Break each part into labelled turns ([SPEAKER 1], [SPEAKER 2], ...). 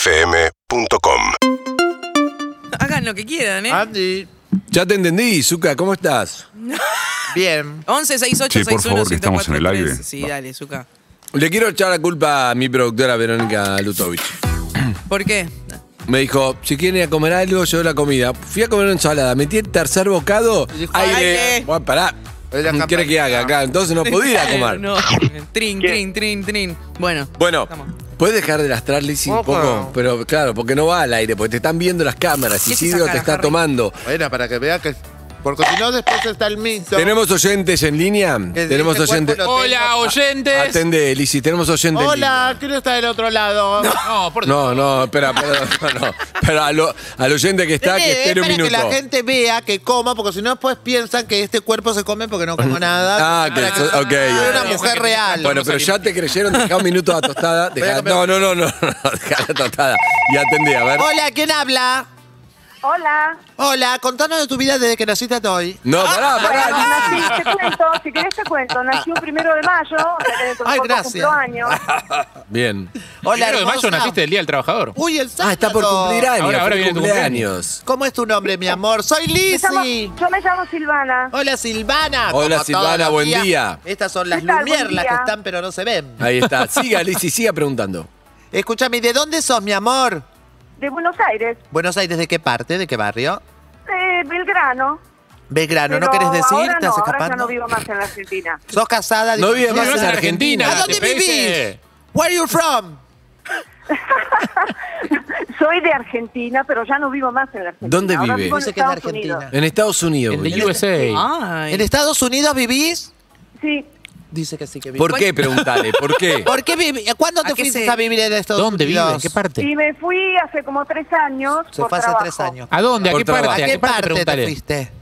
[SPEAKER 1] UrbanaPlayFM.com
[SPEAKER 2] Hagan lo que quieran, ¿eh?
[SPEAKER 3] Andy,
[SPEAKER 4] Ya te entendí, Zuka, ¿cómo estás?
[SPEAKER 3] bien.
[SPEAKER 2] 11 68
[SPEAKER 5] Che, por favor, que estamos en el
[SPEAKER 2] 61
[SPEAKER 5] aire.
[SPEAKER 2] Sí,
[SPEAKER 5] Va.
[SPEAKER 2] dale, Zuka.
[SPEAKER 4] Le quiero echar la culpa a mi productora Verónica Lutovich.
[SPEAKER 2] ¿Por qué?
[SPEAKER 4] Me dijo, si quieren ir a comer algo, yo la comida. Fui a comer una ensalada, metí el tercer bocado,
[SPEAKER 3] dijo,
[SPEAKER 4] aire.
[SPEAKER 2] "Aire".
[SPEAKER 4] Bueno, pará.
[SPEAKER 3] Era
[SPEAKER 4] ¿Quiere que
[SPEAKER 3] campanita.
[SPEAKER 4] haga acá? Entonces no podía comer.
[SPEAKER 2] No. Trin, trin, trin, trin. Bueno.
[SPEAKER 4] Bueno,
[SPEAKER 2] Estamos.
[SPEAKER 4] puedes dejar de lastrar, Lizzy, un
[SPEAKER 3] Ojo.
[SPEAKER 4] poco. Pero claro, porque no va al aire, porque te están viendo las cámaras.
[SPEAKER 2] ¿Qué es
[SPEAKER 4] Isidro
[SPEAKER 2] esa cara,
[SPEAKER 4] te está
[SPEAKER 2] Harry?
[SPEAKER 4] tomando.
[SPEAKER 3] Era para que vea que. Porque si no, después está el mito.
[SPEAKER 4] ¿Tenemos oyentes en línea?
[SPEAKER 3] Que
[SPEAKER 4] Tenemos
[SPEAKER 3] dice,
[SPEAKER 4] oyentes.
[SPEAKER 3] cuerpo
[SPEAKER 6] Hola, oyentes.
[SPEAKER 4] Atende, Lizzy, tenemos oyentes. en
[SPEAKER 3] Hola, ¿quién está del otro lado?
[SPEAKER 6] No, por
[SPEAKER 4] línea. No, no, espera, perdón, no, no. Pero a lo- al oyente que está, que
[SPEAKER 3] Tenés,
[SPEAKER 4] espere un
[SPEAKER 3] para que
[SPEAKER 4] minuto.
[SPEAKER 3] la gente vea que coma, porque si no, después piensan que este cuerpo se come porque no como nada.
[SPEAKER 4] Ah, que
[SPEAKER 3] Para
[SPEAKER 4] so- ok,
[SPEAKER 3] Era
[SPEAKER 4] ok.
[SPEAKER 3] una mujer real.
[SPEAKER 4] Bueno, pero ya te creyeron, dejá un minuto a tostada. dejá-
[SPEAKER 3] Voy a
[SPEAKER 4] no,
[SPEAKER 3] comer.
[SPEAKER 4] no, no, no, no, dejá la tostada. Y atendí, a ver.
[SPEAKER 3] Hola, ¿quién habla?
[SPEAKER 7] Hola.
[SPEAKER 3] Hoy. Hola, contanos de tu vida desde que naciste hasta hoy.
[SPEAKER 4] No, pará,
[SPEAKER 7] Bueno,
[SPEAKER 4] pará.
[SPEAKER 7] nací, te cuento, si querés te cuento. Nací un primero de mayo, o sea que dentro de
[SPEAKER 3] Ay,
[SPEAKER 7] poco
[SPEAKER 3] gracias.
[SPEAKER 7] cumplo años.
[SPEAKER 4] Bien.
[SPEAKER 3] Hola,
[SPEAKER 6] Primero de mayo
[SPEAKER 3] hermosa.
[SPEAKER 6] naciste el Día del Trabajador.
[SPEAKER 3] Uy, el sábado.
[SPEAKER 4] Ah, está por cumplir años.
[SPEAKER 6] Ahora- ahora
[SPEAKER 4] feliz
[SPEAKER 6] viene tu
[SPEAKER 4] cumpleaños.
[SPEAKER 3] ¿Cómo es tu nombre, mi amor? Soy
[SPEAKER 7] Me llamo-
[SPEAKER 3] Lizzy.
[SPEAKER 7] yo me llamo Silvana.
[SPEAKER 3] Hola, Silvana.
[SPEAKER 4] Hola,
[SPEAKER 3] Como
[SPEAKER 4] Silvana,
[SPEAKER 3] todos los
[SPEAKER 4] buen
[SPEAKER 3] días.
[SPEAKER 4] día.
[SPEAKER 3] Estas son las
[SPEAKER 7] ¿Qué tal? Buen
[SPEAKER 3] Lumière, las que
[SPEAKER 7] día.
[SPEAKER 3] están pero no se ven.
[SPEAKER 4] Ahí está. Siga, Lizzy, siga preguntando.
[SPEAKER 3] Escúchame, ¿de dónde sos, mi amor?
[SPEAKER 7] De Buenos Aires,
[SPEAKER 3] Buenos Aires, ¿de qué parte? ¿De qué barrio?
[SPEAKER 7] de Belgrano.
[SPEAKER 3] Belgrano, ¿no
[SPEAKER 7] Pero
[SPEAKER 3] querés decir?
[SPEAKER 7] Ahora
[SPEAKER 3] ¿Estás
[SPEAKER 7] no, ahora
[SPEAKER 3] escapando?
[SPEAKER 7] ya no vivo más en la Argentina.
[SPEAKER 3] ¿Sos casada?
[SPEAKER 4] No vive
[SPEAKER 3] divorciada?
[SPEAKER 4] más en Argentina.
[SPEAKER 3] ¿A dónde
[SPEAKER 6] te
[SPEAKER 3] vivís?
[SPEAKER 6] pese.
[SPEAKER 3] Where you from?
[SPEAKER 7] Soy de Argentina, pero ya no vivo más en la Argentina.
[SPEAKER 4] ¿Dónde
[SPEAKER 7] Ahora
[SPEAKER 4] vive?
[SPEAKER 7] vivo en
[SPEAKER 3] Dice que es de
[SPEAKER 7] Estados
[SPEAKER 3] Argentina.
[SPEAKER 7] Unidos.
[SPEAKER 4] En Estados Unidos.
[SPEAKER 6] En the
[SPEAKER 4] boludo.
[SPEAKER 6] USA.
[SPEAKER 2] Ay.
[SPEAKER 3] ¿En Estados Unidos vivís?
[SPEAKER 7] Sí,
[SPEAKER 3] Dice que sí que vivís.
[SPEAKER 4] ¿Por qué? Preguntale, ¿por qué?
[SPEAKER 3] ¿Por qué vivi- ¿Cuándo
[SPEAKER 2] ¿A
[SPEAKER 3] te
[SPEAKER 2] qué
[SPEAKER 3] fuiste
[SPEAKER 2] se-
[SPEAKER 3] a vivir en Estados
[SPEAKER 6] ¿Dónde
[SPEAKER 3] Unidos?
[SPEAKER 6] vive? ¿En qué parte?
[SPEAKER 7] y me fui hace como tres años
[SPEAKER 3] Se
[SPEAKER 7] por
[SPEAKER 3] fue hace
[SPEAKER 7] trabajo.
[SPEAKER 3] tres años.
[SPEAKER 6] ¿A dónde? ¿A
[SPEAKER 4] Por
[SPEAKER 6] qué parte?
[SPEAKER 4] trabajo.
[SPEAKER 3] ¿A qué parte te
[SPEAKER 6] Preguntale.
[SPEAKER 3] fuiste?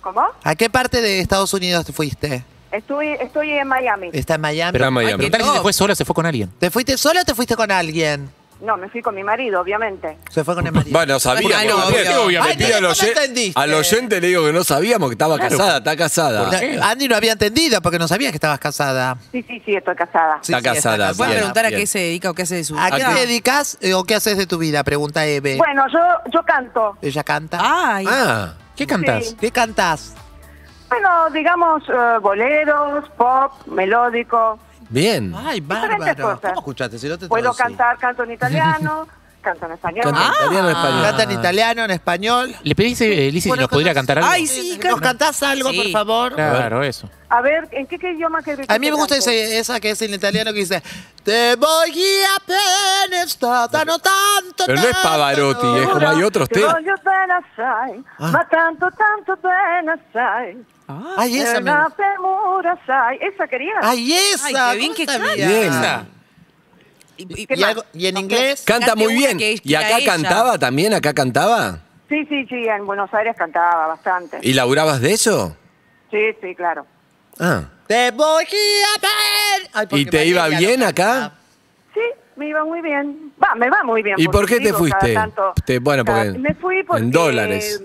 [SPEAKER 7] ¿Cómo?
[SPEAKER 3] ¿A qué parte de Estados Unidos te fuiste?
[SPEAKER 7] Estoy, estoy en Miami.
[SPEAKER 3] ¿Está en Miami?
[SPEAKER 4] Está en
[SPEAKER 6] Ay,
[SPEAKER 4] Miami.
[SPEAKER 6] Preguntale si
[SPEAKER 2] no.
[SPEAKER 6] se fue sola o se fue con alguien.
[SPEAKER 3] ¿Te fuiste sola o te fuiste con alguien?
[SPEAKER 7] No, me fui con mi marido, obviamente.
[SPEAKER 3] Se fue con el marido.
[SPEAKER 4] Bueno, sabíamos.
[SPEAKER 2] Bueno, no,
[SPEAKER 4] bien.
[SPEAKER 2] obvio.
[SPEAKER 6] Obviamente.
[SPEAKER 4] Le pido al
[SPEAKER 3] ¿cómo
[SPEAKER 4] oyen-
[SPEAKER 3] entendiste?
[SPEAKER 4] al oyente le digo que no sabíamos que estaba casada, está casada.
[SPEAKER 3] No, Andy no había entendido porque no sabía que estabas casada.
[SPEAKER 7] Sí, sí, sí, estoy casada.
[SPEAKER 3] Sí,
[SPEAKER 4] Está
[SPEAKER 3] sí, está
[SPEAKER 4] casada,
[SPEAKER 3] casada.
[SPEAKER 2] ¿Puedes
[SPEAKER 4] bien.
[SPEAKER 2] preguntar a qué se dedica o qué hace de su Ah,
[SPEAKER 3] ¿A qué
[SPEAKER 2] vida?
[SPEAKER 3] te dedicas eh, o qué haces de tu vida? Pregunta Eve.
[SPEAKER 7] Bueno, yo, yo canto.
[SPEAKER 3] Ella canta.
[SPEAKER 2] Ay.
[SPEAKER 4] Ah,
[SPEAKER 6] ¿Qué cantás?
[SPEAKER 7] Sí.
[SPEAKER 3] ¿Qué cantás?
[SPEAKER 7] Bueno, digamos eh, boleros, pop, melódico.
[SPEAKER 4] bien.
[SPEAKER 3] Ay,
[SPEAKER 7] Diferentes
[SPEAKER 3] bárbaro.
[SPEAKER 7] cosas.
[SPEAKER 3] ¿Cómo escuchaste? Si no te
[SPEAKER 7] Puedo
[SPEAKER 3] traducí.
[SPEAKER 7] cantar, canto en italiano, canto en español. Ah.
[SPEAKER 4] Canta en italiano, español.
[SPEAKER 3] Canta en italiano, en español.
[SPEAKER 6] Le pedís a eh, Lizzy si
[SPEAKER 3] Bueno,
[SPEAKER 6] nos podría
[SPEAKER 3] cantás-
[SPEAKER 6] cantar algo.
[SPEAKER 2] Ay, sí,
[SPEAKER 3] ¿Nos
[SPEAKER 2] canta.
[SPEAKER 3] cantás algo,
[SPEAKER 2] Sí.
[SPEAKER 3] por favor?
[SPEAKER 6] Claro, eso.
[SPEAKER 7] A ver, ¿en qué, qué idioma que
[SPEAKER 3] A mí me gusta
[SPEAKER 7] ese
[SPEAKER 3] ese- esa que es en italiano que dice Te voy a penes, no tanto,
[SPEAKER 4] Pero no es
[SPEAKER 3] tanto".
[SPEAKER 4] Pavarotti, es como hay otros temas.
[SPEAKER 7] Voglio bene assai,
[SPEAKER 3] Ah.
[SPEAKER 7] ma tanto, tanto bene assai.
[SPEAKER 3] Ay, esa
[SPEAKER 7] Per
[SPEAKER 3] me
[SPEAKER 7] la
[SPEAKER 3] gusta.
[SPEAKER 7] premura assai. ¿Esa quería.
[SPEAKER 3] Ay, esa.
[SPEAKER 2] Ay, qué bien que
[SPEAKER 3] ¿cómo sabía?
[SPEAKER 2] canta.
[SPEAKER 4] Bien.
[SPEAKER 2] ¿Y, y-
[SPEAKER 3] ¿Y, algo- y en inglés?
[SPEAKER 4] Canta
[SPEAKER 2] Date
[SPEAKER 4] muy
[SPEAKER 2] una
[SPEAKER 4] bien.
[SPEAKER 2] que-
[SPEAKER 4] ¿Y
[SPEAKER 2] que a
[SPEAKER 4] acá
[SPEAKER 2] ella.
[SPEAKER 4] cantaba también? ¿Acá cantaba?
[SPEAKER 7] Sí, sí, sí, en Buenos Aires cantaba bastante.
[SPEAKER 4] ¿Y laburabas de eso?
[SPEAKER 7] Sí, sí, claro.
[SPEAKER 4] Ah.
[SPEAKER 3] Te voy a ver. Ay, porque
[SPEAKER 4] ¿Y te iba
[SPEAKER 3] Valeria
[SPEAKER 4] bien
[SPEAKER 3] no
[SPEAKER 4] acá?
[SPEAKER 3] canta.
[SPEAKER 7] Sí, me iba muy bien. Va, me va muy bien.
[SPEAKER 4] ¿Y por qué te
[SPEAKER 7] digo, cada
[SPEAKER 4] fuiste? Te- bueno,
[SPEAKER 7] cada-
[SPEAKER 4] porque-
[SPEAKER 7] me fui
[SPEAKER 4] en
[SPEAKER 7] porque...
[SPEAKER 4] dólares.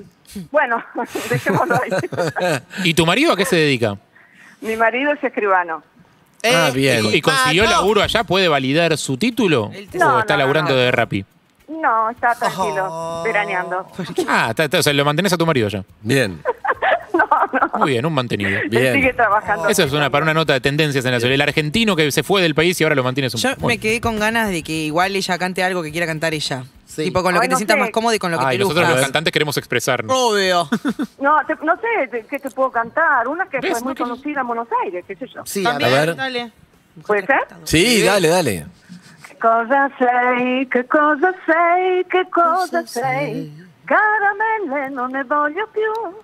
[SPEAKER 7] Bueno, dejémoslo ahí.
[SPEAKER 6] ¿Y tu marido a qué se dedica?
[SPEAKER 7] Mi marido es escribano.
[SPEAKER 3] Eh,
[SPEAKER 4] Ah, bien.
[SPEAKER 6] ¿Y consiguió
[SPEAKER 3] Ah, no.
[SPEAKER 6] laburo allá? ¿Puede validar su título?
[SPEAKER 7] No,
[SPEAKER 6] ¿O está
[SPEAKER 7] no,
[SPEAKER 6] laburando
[SPEAKER 7] no.
[SPEAKER 6] de rapi?
[SPEAKER 7] No, está tranquilo,
[SPEAKER 3] Oh.
[SPEAKER 7] veraneando.
[SPEAKER 6] Ah, está- está- o sea, lo mantenés a tu marido allá.
[SPEAKER 4] Bien,
[SPEAKER 6] Muy bien, un mantenido.
[SPEAKER 7] Él sigue
[SPEAKER 4] bien.
[SPEAKER 7] trabajando.
[SPEAKER 6] Eso es una, para una nota de tendencias en la ciudad. El argentino que se fue del país y ahora lo mantiene su
[SPEAKER 2] Yo
[SPEAKER 6] bueno.
[SPEAKER 2] me quedé con ganas de que igual ella cante algo que quiera cantar ella.
[SPEAKER 3] Sí.
[SPEAKER 2] Tipo con lo
[SPEAKER 7] Ay,
[SPEAKER 2] que te
[SPEAKER 7] no
[SPEAKER 2] sientas
[SPEAKER 7] sé.
[SPEAKER 2] más cómodo y con lo que
[SPEAKER 6] Ay,
[SPEAKER 2] te
[SPEAKER 6] nosotros
[SPEAKER 2] luzcas.
[SPEAKER 6] los cantantes queremos expresarnos.
[SPEAKER 2] Obvio.
[SPEAKER 7] No, te- no sé de qué te puedo cantar. Una que
[SPEAKER 6] ¿Ves?
[SPEAKER 7] fue muy
[SPEAKER 6] No quería-
[SPEAKER 7] conocida en Buenos Aires, qué sé yo.
[SPEAKER 3] Sí, a
[SPEAKER 2] También,
[SPEAKER 3] ver.
[SPEAKER 4] ver.
[SPEAKER 2] dale.
[SPEAKER 7] ¿Puede ser?
[SPEAKER 4] Sí, dale, dale.
[SPEAKER 7] Che cosa sei, che cosa sei, che cosa sei? Caramelle non ne voglio più.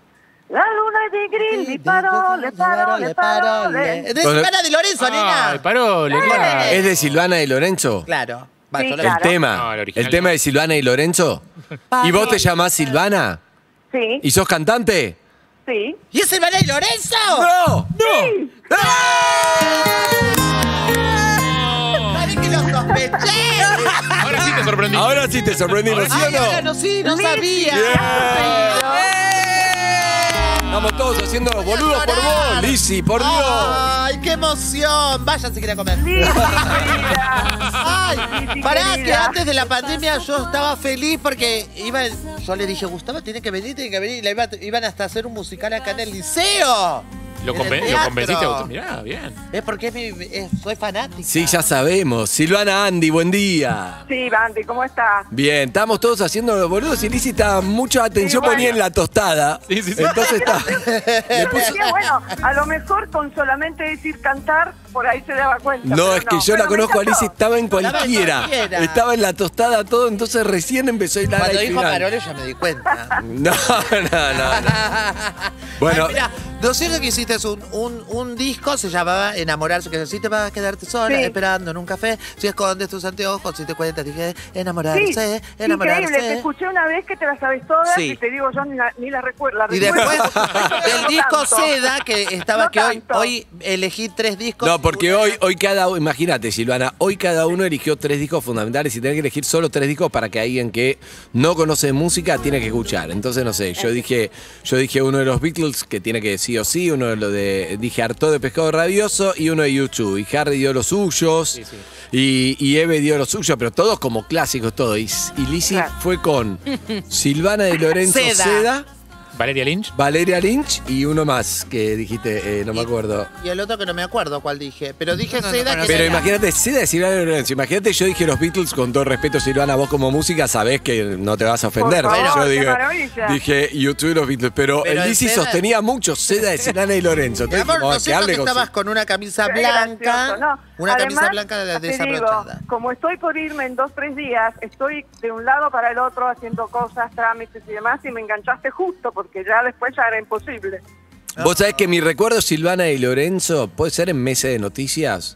[SPEAKER 7] La luna di grilli, parole, parole, parole.
[SPEAKER 3] Es De Silvana de Lorenzo,
[SPEAKER 6] Ay,
[SPEAKER 3] nena.
[SPEAKER 6] paró, le
[SPEAKER 4] ¿Es de Silvana y Lorenzo?
[SPEAKER 3] Claro. Va,
[SPEAKER 7] Sí,
[SPEAKER 3] yo la-
[SPEAKER 4] El
[SPEAKER 7] claro.
[SPEAKER 4] tema.
[SPEAKER 6] No, el original
[SPEAKER 4] El tema
[SPEAKER 6] no.
[SPEAKER 4] de Silvana y Lorenzo. ¿Y vos te llamás Silvana?
[SPEAKER 7] Sì,
[SPEAKER 4] ¿Y sos cantante?
[SPEAKER 7] sì.
[SPEAKER 3] ¿Y es Silvana de Lorenzo?
[SPEAKER 4] ¡No! ¡No!
[SPEAKER 3] ¿Sabés que lo sospeché?
[SPEAKER 6] Ahora sí te
[SPEAKER 3] Ah,
[SPEAKER 6] sorprendí.
[SPEAKER 4] Ahora sí te sorprendimos, ¿sí o
[SPEAKER 3] Ay, ahora
[SPEAKER 4] no?
[SPEAKER 3] no, sí, no sabía.
[SPEAKER 4] Bien. eh. Estamos todos haciendo los boludos por vos, Lizzy, por Dios.
[SPEAKER 3] Ay, qué emoción. Vayan si quieren a comer.
[SPEAKER 7] Lizzy, querida.
[SPEAKER 3] Ay,
[SPEAKER 7] Lizzy,
[SPEAKER 3] pará, que
[SPEAKER 7] querida.
[SPEAKER 3] antes de la pandemia yo estaba feliz porque iba, yo le dije, Gustavo, tiene que venir, tiene que venir. Y la iba- iban hasta hacer un musical acá en el liceo.
[SPEAKER 6] Lo,
[SPEAKER 3] En el
[SPEAKER 6] conven- lo
[SPEAKER 3] teatro.
[SPEAKER 6] convenciste. vos- Mirá, bien.
[SPEAKER 3] Es porque es mi- es- soy fanática.
[SPEAKER 4] Sí, ya sabemos. Silvana Andy, buen día.
[SPEAKER 7] Sí, Bandy, ¿cómo estás?
[SPEAKER 4] Bien, estamos todos haciendo los boludos y Lizzy está mucha atención
[SPEAKER 7] Sí, bueno.
[SPEAKER 4] ponía en la tostada.
[SPEAKER 6] Sí, sí, sí.
[SPEAKER 4] Entonces está. le puso-
[SPEAKER 7] Decía, bueno, a lo mejor con solamente decir cantar, por ahí se daba cuenta.
[SPEAKER 4] No,
[SPEAKER 7] pero
[SPEAKER 4] es que yo
[SPEAKER 7] Pero
[SPEAKER 4] la
[SPEAKER 7] me
[SPEAKER 4] conozco a
[SPEAKER 7] encantó.
[SPEAKER 4] Lizzy, estaba en
[SPEAKER 3] Estaba en
[SPEAKER 4] cualquiera.
[SPEAKER 3] cualquiera.
[SPEAKER 4] Estaba en la tostada todo, entonces recién empezó a hilar
[SPEAKER 3] Cuando
[SPEAKER 4] al
[SPEAKER 3] dijo
[SPEAKER 4] final.
[SPEAKER 3] Marolo ya me di cuenta.
[SPEAKER 4] No, no, no. no. Bueno.
[SPEAKER 3] Ay, mirá, lo cierto que hiciste es un, un, un disco, se llamaba Enamorarse, que si te vas a quedarte sola
[SPEAKER 7] Sí.
[SPEAKER 3] esperando en un café, si escondes tus anteojos, si te cuentas, dije,
[SPEAKER 7] Sí,
[SPEAKER 3] enamorarse, enamorarse.
[SPEAKER 7] increíble, te escuché una vez que te las sabes todas
[SPEAKER 3] ¿eh? Sí.
[SPEAKER 7] y te digo yo ni la, ni la recuerdo. la
[SPEAKER 3] Y
[SPEAKER 7] recuerdo,
[SPEAKER 3] después
[SPEAKER 7] porque
[SPEAKER 3] del
[SPEAKER 7] no
[SPEAKER 3] disco
[SPEAKER 7] tanto.
[SPEAKER 3] Seda, que estaba
[SPEAKER 7] No
[SPEAKER 3] que hoy,
[SPEAKER 7] tanto.
[SPEAKER 3] hoy elegí tres discos.
[SPEAKER 4] No, porque
[SPEAKER 3] Una-
[SPEAKER 4] hoy, hoy cada uno, imagínate, Silvana, hoy cada uno eligió tres discos fundamentales y tenés que elegir solo tres discos para que alguien que no conoce música tiene que escuchar. Entonces, no sé, yo dije, yo dije uno de los Beatles que tiene que sí o sí, uno de los de, dije Harto de Pescado Rabioso y uno de YouTube. Y Harry dio los suyos Y, y Eve dio los suyos, pero todos como clásicos, todo. Y, y Lizzy
[SPEAKER 7] Claro.
[SPEAKER 4] fue con Silvana de Lorenzo
[SPEAKER 3] Seda.
[SPEAKER 4] Seda.
[SPEAKER 6] Valeria Lynch.
[SPEAKER 4] Valeria Lynch y uno más que dijiste, eh, no me acuerdo.
[SPEAKER 3] Y el otro que no me acuerdo cuál dije, pero dije
[SPEAKER 2] No, no,
[SPEAKER 3] Seda
[SPEAKER 2] no, no,
[SPEAKER 3] que
[SPEAKER 4] Pero
[SPEAKER 3] era-
[SPEAKER 4] imagínate, Seda de Silvana Lorenzo. Imagínate, yo dije los Beatles, con todo respeto, Silvana, vos como música sabés que no te vas a ofender.
[SPEAKER 7] Por favor,
[SPEAKER 4] yo
[SPEAKER 7] qué
[SPEAKER 4] digo,
[SPEAKER 7] maravilla.
[SPEAKER 4] dije YouTube y los Beatles, pero,
[SPEAKER 3] Pero
[SPEAKER 4] el Lizzy
[SPEAKER 3] Seda-
[SPEAKER 4] sostenía mucho Seda de Silvana y Lorenzo.
[SPEAKER 3] Mi
[SPEAKER 4] Entonces,
[SPEAKER 3] amor,
[SPEAKER 4] dijimos,
[SPEAKER 3] no
[SPEAKER 4] que
[SPEAKER 3] sé por
[SPEAKER 4] hable
[SPEAKER 3] qué
[SPEAKER 4] con
[SPEAKER 3] estabas con una camisa
[SPEAKER 7] Qué
[SPEAKER 3] blanca,
[SPEAKER 7] gracioso, ¿no?
[SPEAKER 3] una camisa
[SPEAKER 7] Además,
[SPEAKER 3] blanca de-
[SPEAKER 7] te digo,
[SPEAKER 3] desabrochada.
[SPEAKER 7] como estoy por irme en dos, tres días, estoy de un lado para el otro haciendo cosas, trámites y demás, y me enganchaste justo, porque ya después ya era imposible.
[SPEAKER 4] su- Vos sabés que mi recuerdo Silvana y Lorenzo puede ser en Mesa de Noticias.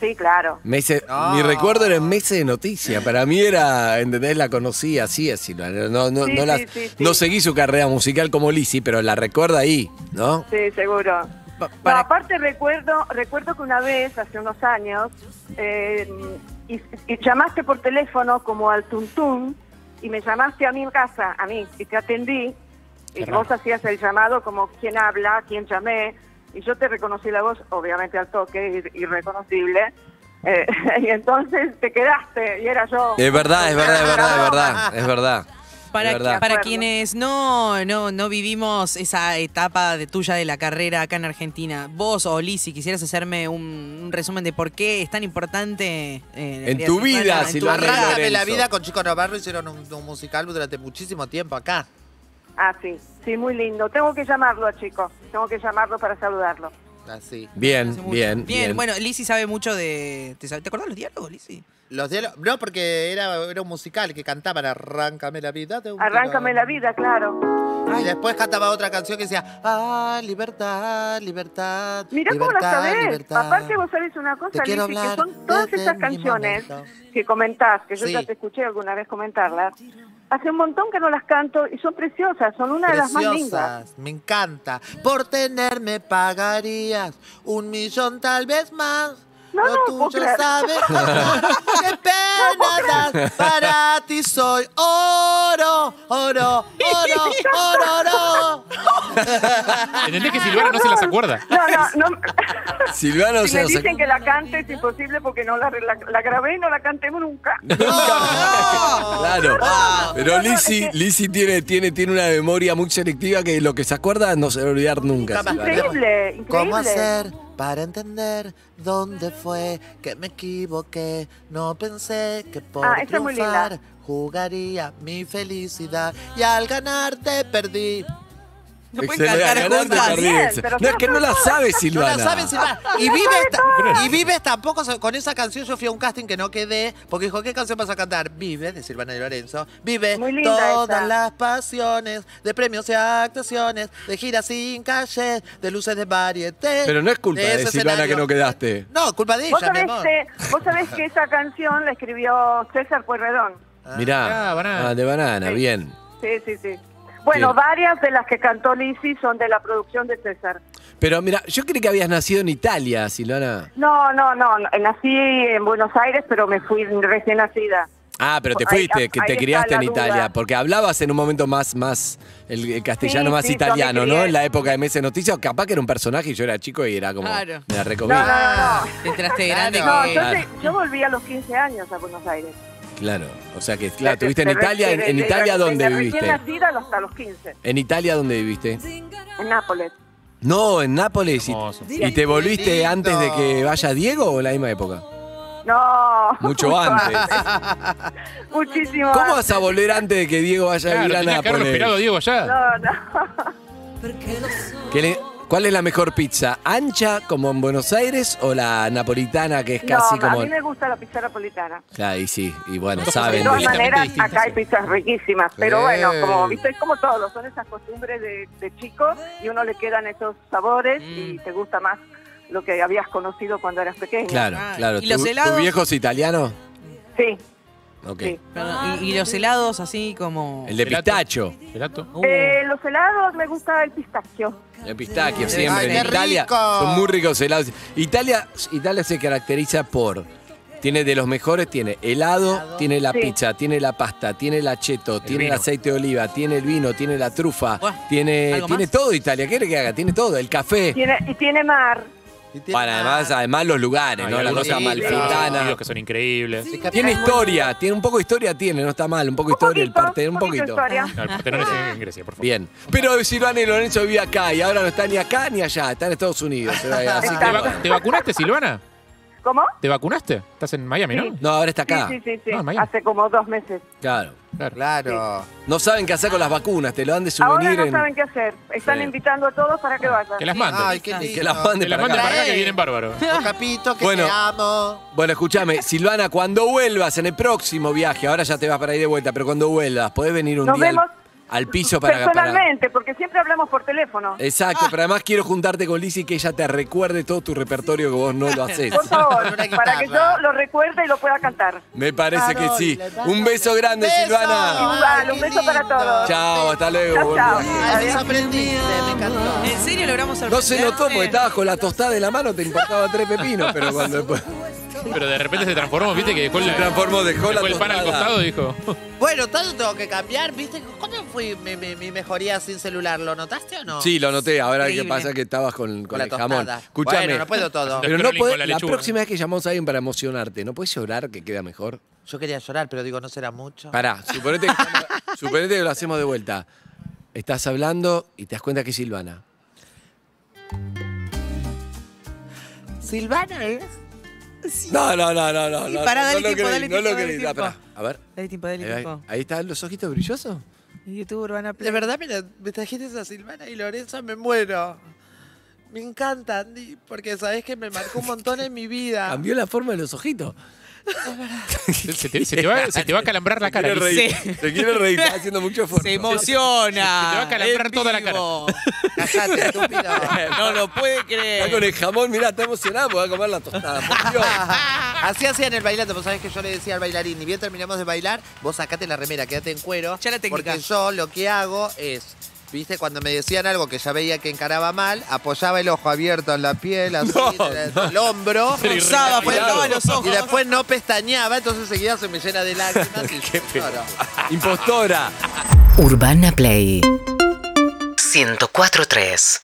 [SPEAKER 7] Sí, claro.
[SPEAKER 4] Mesa- Mi recuerdo era en Mesa de Noticias. Para mí era, ¿entendés? La conocí así a Silvana. No, no,
[SPEAKER 7] Sí,
[SPEAKER 4] no, la-
[SPEAKER 7] sí, sí, sí.
[SPEAKER 4] no seguí su carrera musical como Lizzy, pero la recuerda ahí, ¿no?
[SPEAKER 7] Sí, seguro.
[SPEAKER 2] Pa-
[SPEAKER 7] No,
[SPEAKER 2] para-
[SPEAKER 7] aparte recuerdo, recuerdo que una vez, hace unos años, eh, y, y llamaste por teléfono como al tuntún y me llamaste a mí en casa, a mí, y te atendí, y vos hacías el llamado como quién habla, quién llamé, y yo te reconocí la voz, obviamente al toque, ir- irreconocible, eh, y entonces te quedaste, y era yo.
[SPEAKER 4] Es verdad, es verdad, es verdad, es verdad, es verdad.
[SPEAKER 2] Para,
[SPEAKER 4] Es verdad.
[SPEAKER 2] para
[SPEAKER 7] Acuerdo.
[SPEAKER 2] quienes no, no, no vivimos esa etapa de tuya de la carrera acá en Argentina, vos o Liz, si quisieras hacerme un, un resumen de por qué es tan importante eh, la
[SPEAKER 4] En tu vida,
[SPEAKER 2] en
[SPEAKER 4] si
[SPEAKER 2] tu
[SPEAKER 4] lo
[SPEAKER 2] carrera.
[SPEAKER 4] arrancas.
[SPEAKER 3] Arráncame
[SPEAKER 4] Lorenzo.
[SPEAKER 3] la vida con Chico Navarro hicieron un, un musical durante muchísimo tiempo acá.
[SPEAKER 7] Ah, sí, sí, muy lindo. Tengo que llamarlo, chico, tengo que llamarlo para saludarlo.
[SPEAKER 3] Así.
[SPEAKER 4] Bien,
[SPEAKER 2] Hace mucho.
[SPEAKER 4] bien, bien.
[SPEAKER 2] bueno, Lizzy sabe mucho de. ¿Te, sabe- te acordás los diálogos, Lizzy?
[SPEAKER 3] Los diálogos- no, porque era, era un musical que cantaban Arráncame la vida. de un
[SPEAKER 7] Arráncame la
[SPEAKER 3] tirón".
[SPEAKER 7] vida, claro.
[SPEAKER 3] Y después cantaba otra canción que decía, ah, libertad, libertad,
[SPEAKER 7] Mirá cómo la
[SPEAKER 3] libertad,
[SPEAKER 7] sabés.
[SPEAKER 3] libertad.
[SPEAKER 7] Aparte vos sabés una cosa,
[SPEAKER 3] Te quiero
[SPEAKER 7] Lizzy, que
[SPEAKER 3] hablar
[SPEAKER 7] son todas
[SPEAKER 3] desde
[SPEAKER 7] estas
[SPEAKER 3] mi
[SPEAKER 7] canciones
[SPEAKER 3] momento.
[SPEAKER 7] que comentás, que yo
[SPEAKER 3] Sí.
[SPEAKER 7] ya te escuché alguna vez comentarlas, hace un montón que no las canto y son preciosas, son una de las más lindas.
[SPEAKER 3] Preciosas, me encanta. Por tenerme pagarías un millón, tal vez más.
[SPEAKER 7] No,
[SPEAKER 3] Lo
[SPEAKER 7] no, puedo
[SPEAKER 3] tuyo
[SPEAKER 7] creer.
[SPEAKER 3] sabes contar. qué pena das. Para ti soy oro, oro, oro, oro, oro.
[SPEAKER 6] ¿Entendés que Silvana no se las acuerda?
[SPEAKER 7] No, no, no.
[SPEAKER 4] Silvana
[SPEAKER 7] si
[SPEAKER 4] se
[SPEAKER 7] me
[SPEAKER 4] las
[SPEAKER 7] dicen
[SPEAKER 4] acu-
[SPEAKER 7] que la cante es imposible porque no la, la, la grabé y no la cantemos nunca.
[SPEAKER 3] No.
[SPEAKER 4] Claro. Pero
[SPEAKER 7] No, no,
[SPEAKER 4] Lizzy,
[SPEAKER 7] es que-
[SPEAKER 4] Lizzy tiene, tiene, tiene una memoria muy selectiva que lo que se acuerda no se va a olvidar nunca.
[SPEAKER 3] Jamás.
[SPEAKER 4] Silvana.
[SPEAKER 7] Increíble, increíble.
[SPEAKER 3] ¿Cómo hacer para entender dónde fue que me equivoqué? No pensé que por
[SPEAKER 7] Ah, esa es muy
[SPEAKER 3] triunfar
[SPEAKER 7] linda.
[SPEAKER 3] jugaría mi felicidad y al ganarte perdí.
[SPEAKER 2] No pueden
[SPEAKER 4] Excelente,
[SPEAKER 2] cantar
[SPEAKER 4] ganaste,
[SPEAKER 2] juntas.
[SPEAKER 4] perdí.
[SPEAKER 7] Bien,
[SPEAKER 4] Ex-
[SPEAKER 7] pero
[SPEAKER 4] No, es que no la sabe
[SPEAKER 3] No
[SPEAKER 4] Silvana.
[SPEAKER 3] la saben, Silvana. Y vives, ta- y vives tampoco sa- con esa canción. Yo fui a un casting que no quedé porque dijo, ¿qué canción vas a cantar? Vive, de Silvana de Lorenzo. Vive
[SPEAKER 7] Muy linda
[SPEAKER 3] todas
[SPEAKER 7] esa.
[SPEAKER 3] las pasiones de premios y actuaciones, de giras sin calles, de luces de varieté.
[SPEAKER 4] Pero no es culpa de
[SPEAKER 3] ese
[SPEAKER 4] Silvana que no quedaste.
[SPEAKER 3] No, culpa de
[SPEAKER 7] ¿Vos
[SPEAKER 3] ella, mi
[SPEAKER 7] sabés,
[SPEAKER 3] amor.
[SPEAKER 7] que, vos sabés que esa canción la escribió César Pueyrredón.
[SPEAKER 4] Mirá,
[SPEAKER 6] Ah, banana.
[SPEAKER 4] Ah, de banana, bien.
[SPEAKER 7] Sí, sí, sí. Bueno,
[SPEAKER 4] Bien.
[SPEAKER 7] varias de las que cantó Lizzy son de la producción de César.
[SPEAKER 4] Pero mira, yo creí que habías nacido en Italia, Silvana.
[SPEAKER 7] No, no, no, no, nací en Buenos Aires, pero me fui recién nacida.
[SPEAKER 4] Ah, pero te
[SPEAKER 7] Ahí-
[SPEAKER 4] fuiste, que
[SPEAKER 7] ahí
[SPEAKER 4] te
[SPEAKER 7] está
[SPEAKER 4] criaste
[SPEAKER 7] la
[SPEAKER 4] en Italia,
[SPEAKER 7] duda.
[SPEAKER 4] porque hablabas en un momento más, más el, el castellano
[SPEAKER 7] Sí,
[SPEAKER 4] más
[SPEAKER 7] sí, yo me
[SPEAKER 4] italiano, ¿no?
[SPEAKER 7] crié.
[SPEAKER 4] En la época de Meses Noticias, capaz que era un personaje y yo era chico y era como,
[SPEAKER 2] Claro.
[SPEAKER 4] me la recomí.
[SPEAKER 7] No, no, no,
[SPEAKER 4] Ah.
[SPEAKER 7] no.
[SPEAKER 2] Te entraste de grande eh,
[SPEAKER 7] No,
[SPEAKER 2] que.
[SPEAKER 7] yo, te- yo volví a los 15 años a Buenos Aires.
[SPEAKER 4] Claro, o sea que, claro, tuviste en
[SPEAKER 7] Desde-
[SPEAKER 4] Italia, en,
[SPEAKER 7] desde-
[SPEAKER 4] en
[SPEAKER 7] desde-
[SPEAKER 4] Italia ¿dónde
[SPEAKER 7] desde
[SPEAKER 4] viviste?
[SPEAKER 7] Recién nacida hasta los 15,
[SPEAKER 4] En Italia, ¿dónde viviste?
[SPEAKER 7] en Nápoles.
[SPEAKER 4] No, en Nápoles. Y,
[SPEAKER 6] Hermoso.
[SPEAKER 4] ¿Y te volviste
[SPEAKER 3] Lindo.
[SPEAKER 4] antes de que vaya Diego o en la misma época?
[SPEAKER 7] No.
[SPEAKER 4] Mucho antes.
[SPEAKER 7] Muchísimo
[SPEAKER 4] ¿Cómo
[SPEAKER 7] antes.
[SPEAKER 4] vas a volver antes de que Diego vaya
[SPEAKER 6] Claro,
[SPEAKER 4] a vivir a
[SPEAKER 6] tenía que haberlo
[SPEAKER 4] Nápoles?
[SPEAKER 6] esperado a Diego allá.
[SPEAKER 7] No, no.
[SPEAKER 4] ¿Qué le- ¿Cuál es la mejor pizza? ¿Ancha como en Buenos Aires o la napolitana que es casi
[SPEAKER 7] no,
[SPEAKER 4] como...
[SPEAKER 7] a mí me gusta la pizza napolitana.
[SPEAKER 4] Claro, y sí, y bueno,
[SPEAKER 6] Entonces,
[SPEAKER 7] De
[SPEAKER 4] saben.
[SPEAKER 7] todas
[SPEAKER 6] Distintas,
[SPEAKER 7] maneras,
[SPEAKER 6] distintas,
[SPEAKER 7] acá hay
[SPEAKER 6] sí.
[SPEAKER 7] pizzas riquísimas, pero
[SPEAKER 4] Eh.
[SPEAKER 7] bueno, como viste, es como todo, son esas costumbres de, de chico y uno le quedan esos sabores
[SPEAKER 4] Mm.
[SPEAKER 7] y te gusta más lo que habías conocido cuando eras pequeño.
[SPEAKER 4] Claro,
[SPEAKER 2] Ah,
[SPEAKER 4] claro.
[SPEAKER 2] ¿y los
[SPEAKER 4] ¿Tu- tu
[SPEAKER 2] helados?
[SPEAKER 4] viejo es italiano?
[SPEAKER 7] Sí,
[SPEAKER 4] Ok.
[SPEAKER 7] sí.
[SPEAKER 2] Perdón, y, y los helados así como.
[SPEAKER 4] El de
[SPEAKER 6] Gelato.
[SPEAKER 4] pistacho.
[SPEAKER 6] Gelato.
[SPEAKER 2] Uh,
[SPEAKER 7] Eh, los helados me gusta el pistacio.
[SPEAKER 4] El pistachio
[SPEAKER 3] Ay,
[SPEAKER 4] siempre.
[SPEAKER 3] qué
[SPEAKER 4] en Italia
[SPEAKER 3] rico.
[SPEAKER 4] son muy ricos helados. Italia, Italia se caracteriza por. Tiene de los mejores, tiene helado, tiene la
[SPEAKER 7] Sí.
[SPEAKER 4] pizza, tiene la pasta, tiene el acheto, tiene
[SPEAKER 6] vino.
[SPEAKER 4] el aceite de oliva, tiene el vino, tiene la trufa,
[SPEAKER 2] Buah,
[SPEAKER 4] tiene,
[SPEAKER 2] ¿algo
[SPEAKER 4] tiene
[SPEAKER 2] más?
[SPEAKER 4] todo Italia. ¿Qué quiere que haga? Tiene todo, el café.
[SPEAKER 7] Tiene, y tiene mar.
[SPEAKER 3] Y tiene-
[SPEAKER 4] Bueno, además, además los lugares,
[SPEAKER 6] Hay
[SPEAKER 4] ¿no? La
[SPEAKER 6] algunos
[SPEAKER 4] cosa
[SPEAKER 3] sí,
[SPEAKER 6] sitios
[SPEAKER 4] malfitana.
[SPEAKER 6] que son increíbles.
[SPEAKER 3] Se capta
[SPEAKER 4] Tiene
[SPEAKER 3] muy-
[SPEAKER 4] historia, tiene un poco de historia, tiene, no está mal, un poco de historia, el parte, un poquito. Ah.
[SPEAKER 7] historia.
[SPEAKER 6] No, el Partenón es en Grecia, por favor.
[SPEAKER 4] Bien. Pero Silvana y Lorenzo vivía acá y ahora no está ni acá ni allá, está en Estados Unidos. Así que
[SPEAKER 6] ¿Te,
[SPEAKER 4] bueno.
[SPEAKER 6] va- te vacunaste, Silvana?
[SPEAKER 7] ¿Cómo?
[SPEAKER 6] ¿Te vacunaste? Estás en Miami, ¿no?
[SPEAKER 4] No, ahora está
[SPEAKER 7] Sí,
[SPEAKER 4] acá.
[SPEAKER 7] sí, sí, sí.
[SPEAKER 6] No, en Miami.
[SPEAKER 7] Hace como dos meses.
[SPEAKER 4] Claro.
[SPEAKER 6] Claro.
[SPEAKER 3] Claro.
[SPEAKER 4] No saben qué hacer con las vacunas, te lo dan de
[SPEAKER 7] Ahora
[SPEAKER 4] souvenir
[SPEAKER 7] no
[SPEAKER 4] en-
[SPEAKER 7] saben qué hacer. Están
[SPEAKER 4] Sí. Ah.
[SPEAKER 7] invitando a todos para que vayan.
[SPEAKER 6] Que las manden.
[SPEAKER 3] Ay, qué lindo.
[SPEAKER 4] que las manden
[SPEAKER 6] que las
[SPEAKER 4] para
[SPEAKER 6] manden
[SPEAKER 4] acá.
[SPEAKER 6] para acá que
[SPEAKER 3] Eh.
[SPEAKER 6] vienen bárbaros.
[SPEAKER 3] Capito, que
[SPEAKER 4] Bueno.
[SPEAKER 3] te amo.
[SPEAKER 4] Bueno, escúchame, Silvana, cuando vuelvas en el próximo viaje, ahora ya te vas para ir de vuelta, pero cuando vuelvas, podés venir un
[SPEAKER 7] Nos
[SPEAKER 4] día al,
[SPEAKER 7] vemos
[SPEAKER 4] al piso para para-
[SPEAKER 7] Personalmente, porque siempre hablamos por teléfono.
[SPEAKER 4] Exacto, pero además quiero juntarte con Lizzy y que ella te recuerde todo tu repertorio que vos no lo haces.
[SPEAKER 7] Por favor,
[SPEAKER 3] Una guitarra.
[SPEAKER 7] para que yo lo recuerde y lo pueda cantar.
[SPEAKER 4] Me parece que sí. Un beso grande,
[SPEAKER 3] Beso.
[SPEAKER 4] Silvana.
[SPEAKER 7] Igual, un
[SPEAKER 3] qué
[SPEAKER 7] beso para
[SPEAKER 3] lindo.
[SPEAKER 7] todos.
[SPEAKER 4] Chao, hasta luego.
[SPEAKER 7] Chao,
[SPEAKER 4] buen
[SPEAKER 7] chao.
[SPEAKER 4] viaje.
[SPEAKER 3] Ay,
[SPEAKER 7] Adiós.
[SPEAKER 3] desaprendiste, me encantó.
[SPEAKER 2] ¿En serio logramos
[SPEAKER 4] No se notó porque
[SPEAKER 2] sorprenderte?
[SPEAKER 4] estabas con la tostada de la mano, te importaba tres pepinos, pero cuando después
[SPEAKER 6] Pero de repente se transformó, viste, que dejó,
[SPEAKER 4] se
[SPEAKER 6] la,
[SPEAKER 4] transformó, dejó la
[SPEAKER 6] dejó el pan al
[SPEAKER 4] tostada.
[SPEAKER 6] costado y dijo.
[SPEAKER 3] Bueno, tanto tengo que cambiar, ¿viste? ¿Cómo fue mi, mi- mi mejoría sin celular? ¿Lo notaste o no?
[SPEAKER 4] Sí, lo noté. Ahora qué
[SPEAKER 2] Increíble.
[SPEAKER 4] pasa que estabas con, con
[SPEAKER 3] Con la
[SPEAKER 4] el jamón.
[SPEAKER 3] tostada.
[SPEAKER 4] Escuchame.
[SPEAKER 3] Bueno, no puedo todo.
[SPEAKER 4] Pero no
[SPEAKER 6] Con
[SPEAKER 4] podés- la
[SPEAKER 6] la lechuga.
[SPEAKER 4] próxima vez que llamamos a alguien para emocionarte, ¿no puedes llorar que queda mejor?
[SPEAKER 3] Yo quería llorar, pero digo, no será mucho.
[SPEAKER 4] Pará, suponete, suponete que lo hacemos de vuelta. Estás hablando y te das cuenta que es Silvana.
[SPEAKER 3] Silvana, ¿eh?
[SPEAKER 4] No, no, no, no, no.
[SPEAKER 2] Sí,
[SPEAKER 4] no,
[SPEAKER 2] pará,
[SPEAKER 4] no,
[SPEAKER 2] dale
[SPEAKER 4] no
[SPEAKER 2] tiempo,
[SPEAKER 4] lo
[SPEAKER 2] dale
[SPEAKER 4] creí,
[SPEAKER 2] tiempo,
[SPEAKER 4] no lo
[SPEAKER 2] dale
[SPEAKER 4] creí. Ah,
[SPEAKER 2] tiempo.
[SPEAKER 4] pará, A ver.
[SPEAKER 2] Dale tiempo, dale
[SPEAKER 4] Ahí,
[SPEAKER 2] tiempo.
[SPEAKER 4] ahí están los ojitos brillosos.
[SPEAKER 2] YouTube Urbana
[SPEAKER 3] De
[SPEAKER 2] Play.
[SPEAKER 3] verdad, mira, me trajiste esa Silvana y Lorenzo, me muero. Me encanta, Andy, porque sabes que me marcó un montón en mi
[SPEAKER 2] Ah.
[SPEAKER 3] vida.
[SPEAKER 4] Cambió la forma de los ojitos.
[SPEAKER 6] Se te, se te va, se te va a calambrar la cara.
[SPEAKER 4] Quiere reír.
[SPEAKER 2] Sí.
[SPEAKER 4] Se quiere reír, está haciendo mucho esfuerzo.
[SPEAKER 2] Se emociona.
[SPEAKER 6] Se te va a calambrar
[SPEAKER 2] En
[SPEAKER 6] toda la cara.
[SPEAKER 2] vivo.
[SPEAKER 3] Callate, estúpido.
[SPEAKER 2] No lo puede
[SPEAKER 4] Está con
[SPEAKER 2] creer.
[SPEAKER 4] el jamón, mirá, está emocionado porque va a comer la tostada. Por Dios.
[SPEAKER 3] Así hacían el bailando, vos sabés que yo le decía al bailarín, ni bien terminamos de bailar, vos sacate la remera, quédate en cuero.
[SPEAKER 2] Ya la técnica.
[SPEAKER 3] Porque yo lo que hago es, viste, cuando me decían algo que ya veía que encaraba mal, apoyaba el ojo abierto en la piel, así, el, el hombro.
[SPEAKER 2] Cruzaba,
[SPEAKER 3] después
[SPEAKER 2] apretaba
[SPEAKER 3] no-
[SPEAKER 2] los ojos.
[SPEAKER 3] Y después no pestañeaba, entonces seguía se me llena de lágrimas y yo lloro.
[SPEAKER 4] Impostora.
[SPEAKER 5] Urbana Play 104.3